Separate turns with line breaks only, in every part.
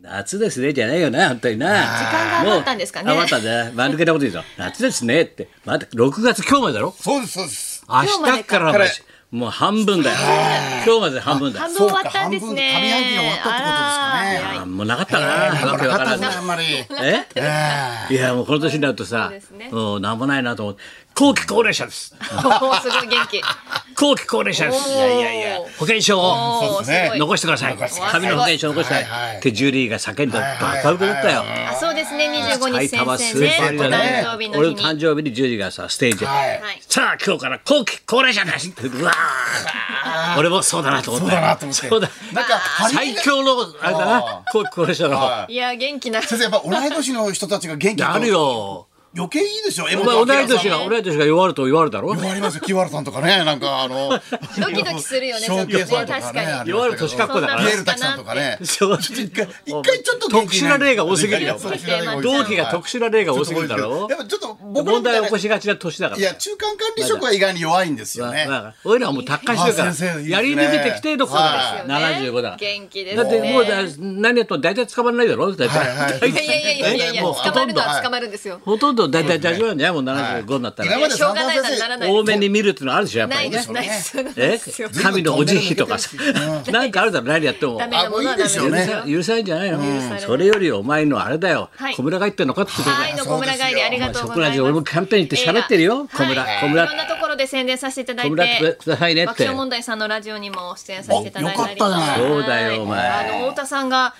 夏ですねじゃないよな本当にな時
間が余ったんですかね
余ったんだな間抜けなこと 言うぞ夏ですねってまた6月今日までだろ
そうですそうです
明
日ま
日
で
か
から
これ
もう半分だよ今日までで半分だ
半分
そう
終わ
か
ったんですね
半分上半期が終わったってことですかね
あもうなかったなわけわ
か
から
ったねあ
なん
まり
えいやもうこの年になると
そう
さ
ですね
もうなんもないなと思って後期高齢者です
あらおーすごい元気
後期高齢者です
おー
いやいやいや保険証を
お
そう
ー
ですね
すごい
残してください
残してく
ださい
紙の保険証残してくだ
はい
さ
はいい
ってジュリーが叫んで
はいはい
バカ受けだったよ
あそうですね25日
埼
先
玉ス
生
ー
ね
パーアリー
お
ナ
誕
ね
生日の
俺
日
の
に
誕生日にジュリーがさステージで
はい
はい
さあ今日から後期高齢者ですってうわー俺もそうだなと思
そ
っ
う
た
だなと思って
そうだ
なんか
最強のあれだな後期高齢者の
はい
や元気な
先生やっぱ同い年の人たちが元気と
あるよ
余計いいですよ
お前同い年が
呼
同い年が弱ると言われるだろ
ばれますよ木原さんとかねなんか あの
ドキドキするよね
ショーケースさん
ち
と
ょっと
か
ね
ね
確かに
弱る年格好だから
ピ
ね
エール滝さんとかね
ちょっと
一回一回ちょっと
特殊な例が多すぎるよ
特殊な例が多い
同期が特殊な例が多すぎるだろ
やっぱちょっと僕ら
問
みた
題
い
を
な
起こしがちな年だから
いや中間管理職は意外に弱いんですよね
まあ俺らはもう達観してるから
あ先生いいですね
やり抜けてきてるとこだから
そうですよね
75だから
元気です
だ
ね
ってもうだ何やっても大体捕まらないだろ大
はいは
体
い
いやいやいやいやいや
もう
捕まるの
ほとん
は
ど
捕まるんですよ
ほとんど大体大丈夫なんじゃないもう75になったら
今まで
しょう
散
がな
々
いな
先
らなら
生
ない
多めに見るってのあるでしょやっぱ
ない
り
で
ね
すないです
え神のお慈悲とかさ
う
なんかあるだろ何やっても
ダメなものはダメ
あもういいですよね
は
許さないんじゃないの
さない
それよりお前のあれだよ
はい
小村が言ってんのかってことだ
い
よ
の小村帰りありが
ま
とうござい
あそこら
ま
じ
す
ゃ俺もキャンペーン行って喋ってるよ小村
はい
小村
いろんなところで宣伝させていただ
小
い
村
て
くださいねっ
爆
て
笑問題さんのラジオにも出演させていただいたり
およかったじゃない
そうだよお前
はいあの太田さんが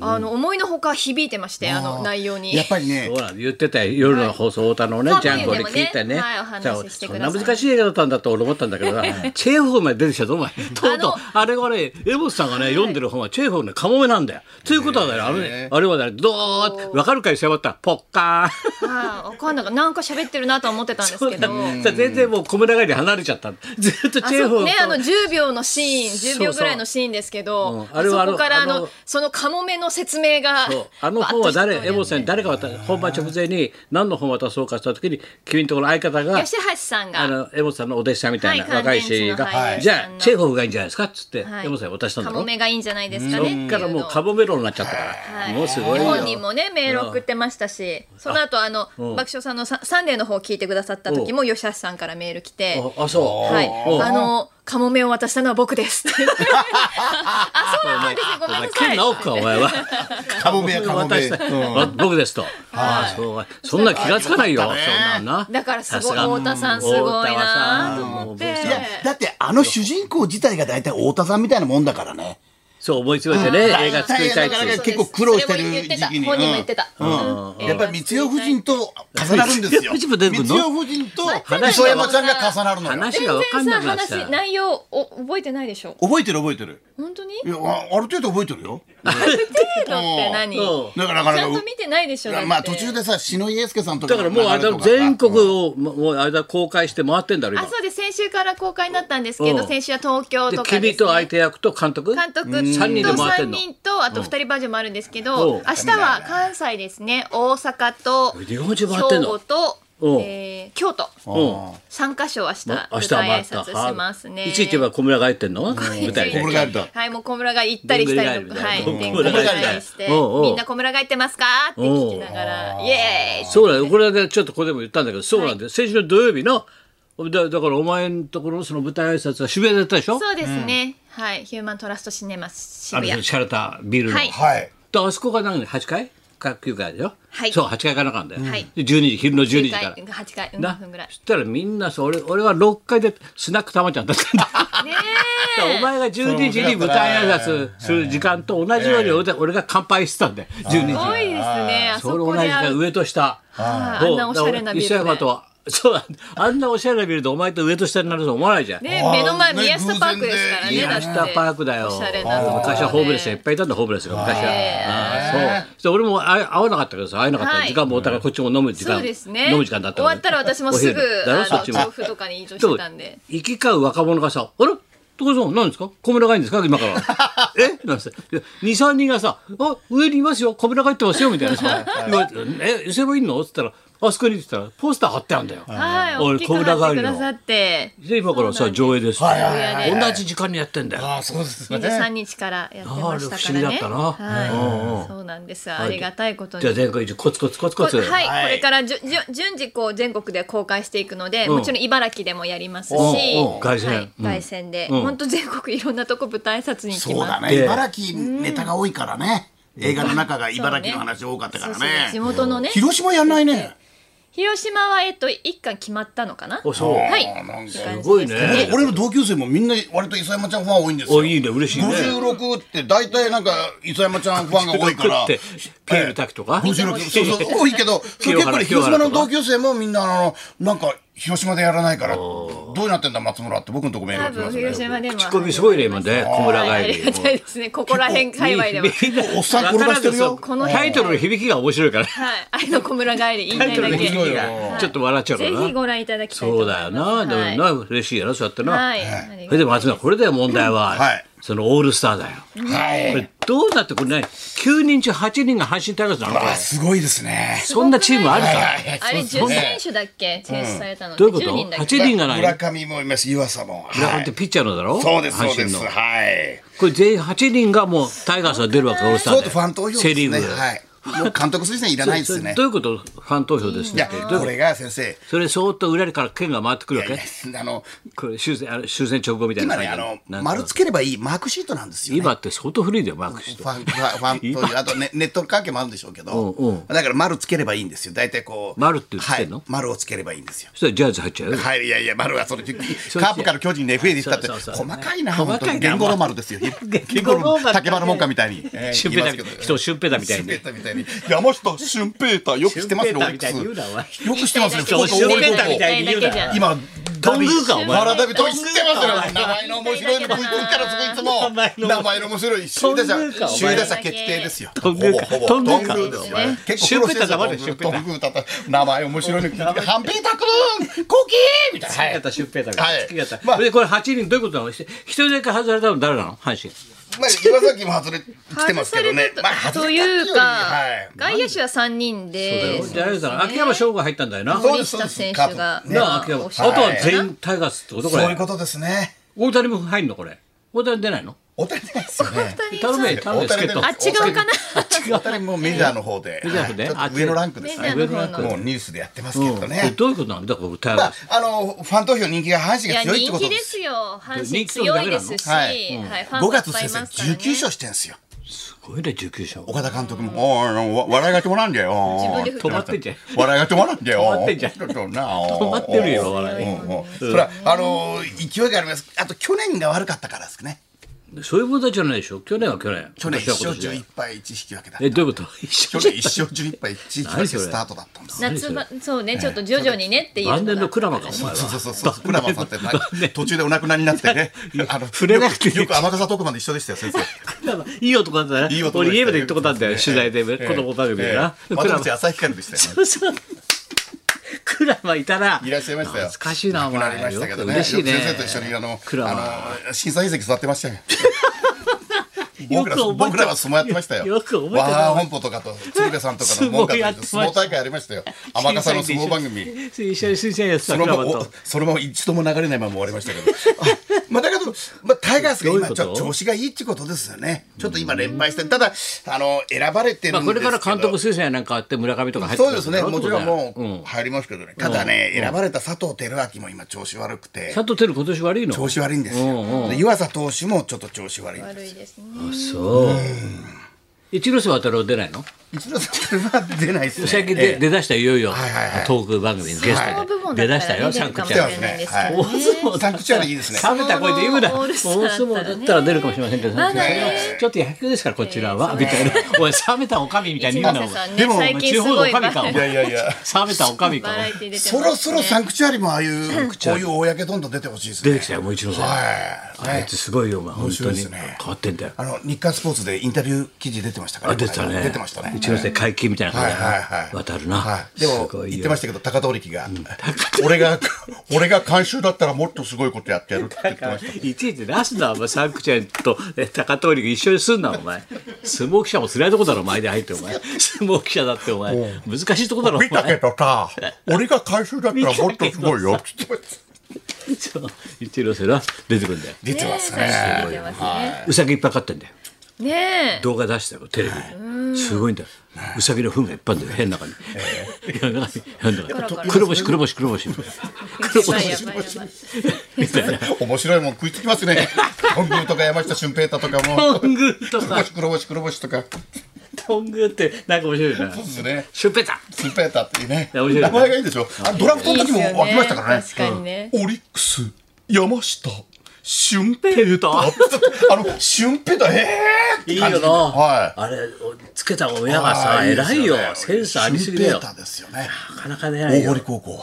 あの思いのほか響いてましてあの内容に
やっぱり ね
そうなの言ってたよ夜の放送太田のね
はい
ジャンク俺聞いたね
はいお話しして
そ
く
ん
ださ
ない難しい映画だったんだと俺思ったんだけどさチェーホフまで出てきたぞお前とうとうあれがね江本さんがね読んでる本はチェーホフのカモメなんだよということはねあのねあれはねどーって分かるかに迫ったらポッカーン
はいわかんなかったなんか喋ってるなとは思ってたんですけど
さ全然もう小村帰り離れちゃったずっと
あ
チェー
そ
ホ
う
フ
ね
と
あの10秒のシーン10秒ぐらいのシーンですけ
そう
ど
そううんあ
あ
れは
そ
あの
こからあ
あの
のそのカモメの説明が
そうあの本は誰江
バッと
本さんに誰か渡本番直前に何の本渡そうかした時に君のところ相方が
吉橋さん
あ
が
の江本さんのお弟子さんみたいな
はい
若い氏が、
関連者のはい
じゃ
は
あ
い
チェーホフがいいんじゃないですかっつって
はい
江本さんに渡したんだ
カ
ろ
モメがいいんじゃないですかね
そっからもうカ
モ
モメロになっちゃったから、もうすごいよ
本人もねメール送ってましたしその後あの爆笑さんのサ「サンデー」の方を聞いてくださった時も吉橋さんからメール来て
ああそう、
はい、
おう
あのカモメを渡したのは僕ですっ てあそうなんですねご
お
めん
前
なさ
剣
い
直くかお前は
カモメやカモメ
渡したわ僕ですと、ああそうそんな気がつかないよそんなんな
だからすごい
さが
太田さんすごいなと思って
太田はさ
いやだってあの主人公自体が大体太田さんみたいなもんだからね
そう思い詰めてね映画作りたいって
だか
いう
ら結構苦労してる
それも言ってた
時期に
本人も言ってた
うん
うん
やっぱり光代夫人と重なるんですよ
光代夫人も出てくんの
光代夫人と
話
磯山ちゃんが重なるのよ
話
全
が分かん
然
な
さ
くなってき
話
た
内容を覚えてないでしょ
覚えてる覚えてる
本当に
いやあある程度覚えてるよ
程度って何
うん
だからだ
ちゃ
から
んと見てないでしょだって
まあ途中でさ篠井英介さんとか
だからもうあれだろ
の流れとか
全国をもうもうあれだ公開して回ってんだろ今
あそうです先週から公開になったんですけ
うん
ど先週は東京
で
とかです、ね、
君と相手役と監督
監督と
3人で回って
3
んの
人とあと2人バージョンもあるんですけど、
うん
明日は関西ですね大阪と
日本中回ってんの
兵庫と、
うん
えー京都
うん
三箇所明日
ま明
舞
日は
台
回
挨
った
拶しますね
いちいちは小村が入ってんの舞台
小
で
村が入った
はいもう小村が行ったりしたり
どん
とか
ぐり
は
返
い
りみたいな
で小村が行っ
どんぐり返り
たりして
おうおう
みんな小村が行ってますかって聞きながらイエーイ
そうだよこれでちょっとここでも言ったんだけどそうなんだよ先週の土曜日のだだからお前のところのその舞台挨拶は渋谷でやったでしょ
そうですね、はいヒューマントラストシネマス
あ
渋
の
谷
シャレたビルの
はい
はい
だからあそこが何8階か9階でしょ、
はい
そう8階かなんかなんだよ、
はい
で12時昼の12時から
9回8回うん
な
分 ぐらい
そしたらみんなさ俺俺は6階でスナックたまちゃんだったんだ
ね
だからお前が12時に舞台挨拶する時間と同じように俺俺が乾杯してたんだよ12時
えすごいですねあそ
それ同
こ
じ
で
だ
会う
上と下
あ
そ
あ
うん
なおしゃれなビルで
だから磯山とはそうなんだあんなおしゃれなビルでお前と上と下になると思わないじゃん、
ね
あー
目の前
ね
宮下パークですからね
偶然で
だ
宮
って
下パークだよ。
おしゃれなところで
昔はホームレスがいっぱいいたんだ、ホームレスが昔は。ああそう。そして俺も会え会わなかったけどさ、会えなかった。
はい
時間もお互いこっちも飲む時間、
そうですね
飲む時間だった
終
の
わったら私もすぐ
お昼だろ、
あ
そっち
の
も
調。布とかに移動してたんで
行き交う若者がさ、あれ所さん、何ですか小村がいいんですか今から。えなんです2、3人がさ、あ、上にいますよ、小村がいってますよ、みたいなさ。言われてえ、寄せばいいのって言ったら、あそこに行ってたらポスター貼ってあるんだよ。
はい、
おい
大きく貼ってくださって、
で今からさ上映です。
はいはいはい
はい
同じ時間にやってんだよ。
ああ、そうです
23
ね。
日からやってまし
あれ
たからね。
不思議だったなうんう
は
ん
い、そうなんです。ありがたいことに
じゃあ。全国一コツコツコツコツ。
はい、
はい
これからじゅじゅ順次こう全国で公開していくので、
ん
もちろん茨城でもやりますし、
おうおう凱旋
はい
うん
凱旋で、
うん
本当全国いろんなとこ舞台挨拶に行き
そうだ
ます。
ね。茨城ネタが多いからね。映画の中が茨城の話多かったから
そうそう地
ね。
元のね、
広島やんないね。
広島はえっと一巻決まったのかな。
おそう
はい、
あーなん
っ
か
て感じです
ごいね
俺俺の同級生もみんな割と磯山ちゃんファン多いんですよ。
おいいね嬉しいね
56って大体なんか磯山ちゃんファンが多 いから。
ってペール滝とか。
面白いそうそう多いけどそ
清
れ結
原
構ね広島の同級生もみんなあのなんか広島でやらないからどうなってんだ松村って僕のとこメール
多
が来ま
分
すね
広島でも。
口コミすごいね今ね小村
はい、あ
帰
り
り
が。たい ですね。ここら辺界隈でも。
みんな
おっさん転がしてるよ
必ずそうタイトルの響きが面白いから。
はい、愛の小村帰り言いた
タイ
い
トル
だ
の
け。
響き
は
が
い
ちょっと笑っちゃうから
ぜ
な。
ひご覧いただきたいと
そ
思いうます。
だよな、
は
で
い
もな嬉しいやろそうやってな。
はい。
それで松村これだよ問題は、
はい
そのオールスターだよ。こ
はい
れどうなってこれね9人中8人が阪神タイガースなのこれ
あすごいですね
そんなチームあるか
はい
ら。
はいはい
あれ
そう
10
です
選
ね
手だっけ提出されたのって
どういうこ
10人
と
だっ
?8
け
人がない
村上もいます湯浅も
村
は
上っ
い
てピッチャーのだろ
そうですそう
阪
で
神
す
の
はい
これ全員8人がもうタイガースが出るわけオールスター
そう
で
とファン投票です
セ・リー
ね
グ
はいもう監督推薦いらないですね
どういうことファン投票です
い
ね
や
って
これが先生
それそーっと裏から剣が回ってくるわ
いやい
け
やあの
これ終戦あれ終戦直後みたいな感
今ね
じ
あの
なんか
丸つければいいマークシートなんですよね
今って相当古いんだよマークシー
フ
ト
ァン、ファン、ファンという、あとねネット関係もあるんでしょうけど、
うんうん
だから丸つければいいんですよ。大体こう。
丸ってつけんの
はい、丸をつければいいんですよ。
そしたらジャーズ入っちゃうよ
はい、いやいや、丸はそれ、
う
カープから巨人で FA で行ったって、
そうそうそう
細かいな、
細かいな
本当に。言語の丸ですよ。言
語
語
の
の
丸
竹丸門下みたいに。えー
シュンペ
言
ー
い
ター
ます
みたいな人を
けど
シュンペーターみたいに
シュンペーターみたいに。山下俊平太、よく知ってますね、
シュンペーターみたいに言うなお前
オリックスよく知って
シュンペーターみたいにシュンペーターみたいに言うな
ますね、ここ今、
トングーかお前
原ダビと知っ
トン
て
グーか
ますよ、名前の面白いの、こいつからすごいいつも。
名前の
名前の面白い、首位打
トングーかお前
者、首位打者決定ですよ。
トングーか
ほぼ
ト
ほ
ン
ぼ
グ
トン
ーか
グーですよ。結
シュンペーター黙れ
トングー
シュンペーター
トングー叩く名前面白いの聞いて、ハンペータ君、コキーみたいな。はい
シュンペーターみたいな
はい
月形
まあ
でこれ8人どういうことなの一人だけ外れたの誰なの阪神
まあ、岩崎も外れ来てますけどね。まあ、
外されたとと
外れたって
い
より
うか、
はい。
外野手は3人で
であれだな秋山翔吾が入ったんだよな
そう
森下選手が
そうですそうです
な
ま
あ秋山あ
おっし
と
ゃる
は全員タイガースってことこ
そうい
れ
うことですね。
大谷も入んのこれ大谷出ないの
お互いですよね。
頼め頼め
大
助
谷
っ
出
人
ない
あっち側かな
お互いもうメジャーの方で、
メジャーの方で
はいちょ
あ
っと上のランクで
メ
す
ジ
ね
ャ。ーの方の
もうニュースでやってますけ
うん
ど
これ
ね。
どういうことなんだこれタイ
ま
ガー
あ
ス、
あの、ファン投票人気が阪神
い
が
や
強いって
人
こと
気
で。
ですすよ阪
人
神
気の
強
だ
い
けな
で
の
すし、
は
はいいファン
5
もいっ
月
ぱいい
先生
ますからね
19勝してんすよ。
すごいね19勝
岡田監督も、おいおいおい笑いが止まらんだよ。
分で振
止まってんじゃん
笑いが止まらんだよ。
止まってんじゃん
ちょっとな
止まってるよ笑い
うんうんそれは、あの、勢いがあります。あと、去年が悪かったからですね。
そういう問題じゃないでしょ去年は去年
去年
今
一
は
勝
今年
11敗1引き分けだった
え。どういうこと一
去
緒
年
に
一勝11敗1引き分けスタートだったんですよ。
夏場そうねちょっと徐々にねっていうのが
晩年のクラマかお前は
そうそうそうそう。クラマさんってな途中でお亡くなりになってね。あの
触れなくていい
よくよく天草特番で一緒でしたよ先生。
クラマ いい男だったない
い男で
俺家
したよ
まで行ったことあるんだよ取材で子供番組でな
ええ
クラ
窓
マ
口朝日でしたよね。
そうそうクラマいたら
いらっしゃいましたよ。
懐かしいなお
亡くなりま
前
したけどね。
嬉しいね
よく先生と一緒にあの
クラマ
あの審査員席座ってました よ。
よ
僕
く
ら
覚えてる
僕らは相撲やってましたよ。
よく覚えてる
ワハン本舗とかと鶴瓶さんとかの門下と
相撲や
か
ってました
相撲大会ありましたよ。天笠の相撲番組。
一緒に推薦やってた
そ
ク
の
ラ
ま
マ
ま
と
おそのまま一度も流れないまま終わりましたけどあまあだけど、まあ、タイガースが
どういう
今
こ
ち
と
ょ調子がいいってことですよねちょっと今連敗してただあの選ばれてる
まあ
ん
こ
で
れ
すけど、
から監督推薦やなんかあって村上とか入ってく
そうで
る
す
んだ
ね
ろ
もちろん
って
も
ことだよ
う入りますけどね、ただね、選ばれた佐藤輝明も今調子悪くて
佐藤輝今年悪いの
調子悪いんですよ、で湯浅投手もちょっと調子悪い
悪いですね
そう一ノ瀬渡るは出ないの
一ノ瀬君は出ないですね
最近で、
ええ
出だしたよいよいよ、
はいはいはい
トーク番組のゲス
相撲部
ト
門
で
だ
出
っ
だ
た
した
ら
よ
ね出
サン
る
ク
かも
チュ
しれ
ア
な
リ
いです
は
けどね
いサンクチ
冷
ュアリいいですね
めた声で言うな
オー
大
ルスターだったら
相撲
ね
だったら出るかもしれませんけど、
まだね
ちょっと野球ですからこちらは、みたいなおい冷めたおかみみたいに言うなお
一ノ瀬さん
前
ね
でもお前
最近
地
す
方の
ご
お
い
かみかお前
いやいやいや
冷めたおかみか
バ
お
ラエ
前
ティー出てます
そろそろサンクチュアリもああいうこういう公どんどん出てほしいですね
出てきたよもう一度さん
はい、
あいつすごいよお前本当
白い
に
です
変
ね
わってんだよ
あの日刊スポーツでインタビュー記事出てましたから、
あ出てたね
出てましたね。
一知らせ解禁みたいな感
は
じ
い
で
はいはい。
渡るな、
はい、でも
すごい
言っ
よ
てましたけど、高取力が、 俺が、俺が監修だったらもっとすごいことやってやるって言ってました。
いちいち出すな、お前、サンクちゃんとえ高通り一緒にすんな、お前。相撲記者も辛いとこだろ、前で入って、お前。相撲記者だって、お前。難しいとこだろ、お
見たけ
前。
ど さ、俺が監修だったらもっとすごいよって言ってました。
そう一郎瀬な、出てくるんだよ。
出てますね。
出てますね。
うさぎいっぱい飼ってんだよ。
ねえ。
動画出したよ、テレビに。すごいんだよ。うさぎの糞がいっぱいあるんだよ、変な中に。変な中に変な中に。黒星、黒星、黒星。黒
やばい
星
やばいやばい。
みたいな。
面白いもん食いつきますね。本宮とか山下俊平太とかも。
トングーと
黒
か、
星黒星黒星とか。
トングーって、なんか面白いよな
そう。ですね。
シュペタ
俊平太っていうね。
いや面白いね
名前がいいでしょ。あドラフトの時も湧きましたから
いい
ね
っ。すよね確かにね。
オリックス山下俊平
ペルト
ああの俊平太ええーって
いいよ
感じ
な、
はい。
あれつけた親がさ
あーいいです
偉
ね
いよセンスありすぎだよ
俊平太ですよね。
なかなかね
大
いよ
堀高校はい。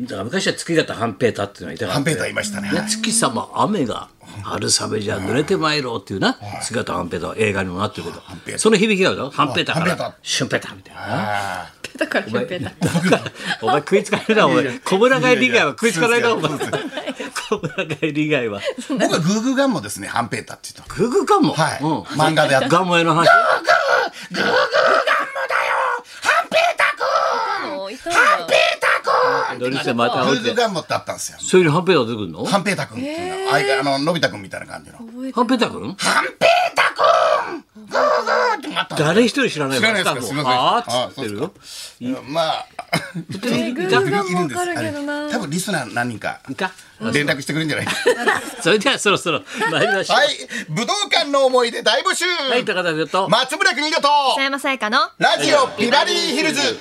だから昔は月だった半平太っていうのがいたから
半平太いましたね。
ね月様雨が春雨じゃ濡れてまいろうっていうな姿半平太は映画にもなってるけど
平
その響きがあるよ半平太か
半平
ら
太
俊平太みたいなな
あ
だからペペだ。
お前食いつかないなお前小村帰り以外は食いつかないなお前
そうです
小村帰り以外は
ー僕はグーグーガンもですね、半平太って言って
ググかも
はい
うん
漫画でやった
ガモエの話
もういたんだ。
どれしてまた
ま
会
す。
う
グーグ
て
ーガンモってあったんですよ。
そういうの半平太出てくるの
半平太君っていうのは、あいあの、のび太君みたいな感じの。半
半平太君
平太君グーグーってなったんですよ
誰一人知らない
知らないですか
ス
す
タッフ
いません。
もあーっつってるよ
あ。そうですかまあ、
えグーグーガンもわかるけどな
あれ多分リスナー何人か
いた
連絡してくれるんじゃないか。
それではそろそろ参りましょう。
はい、武道館の思い出大募集
はい、高田と。
松村邦人と
北山さやかの。
ラジオビバリーヒルズ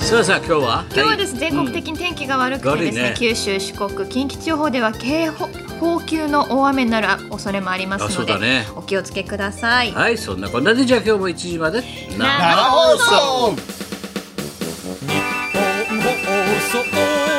さあさあ、今日は。
今日はですね全国的に天気が悪くてですね,、
悪いね
九州四国近畿地方では警報報級の大雨になる恐れもあります
あそ
の
う
で、
だね
お気をつけください。
はい、そんなこんなで、じゃあ、今日も1時まで。
な
生放送
放送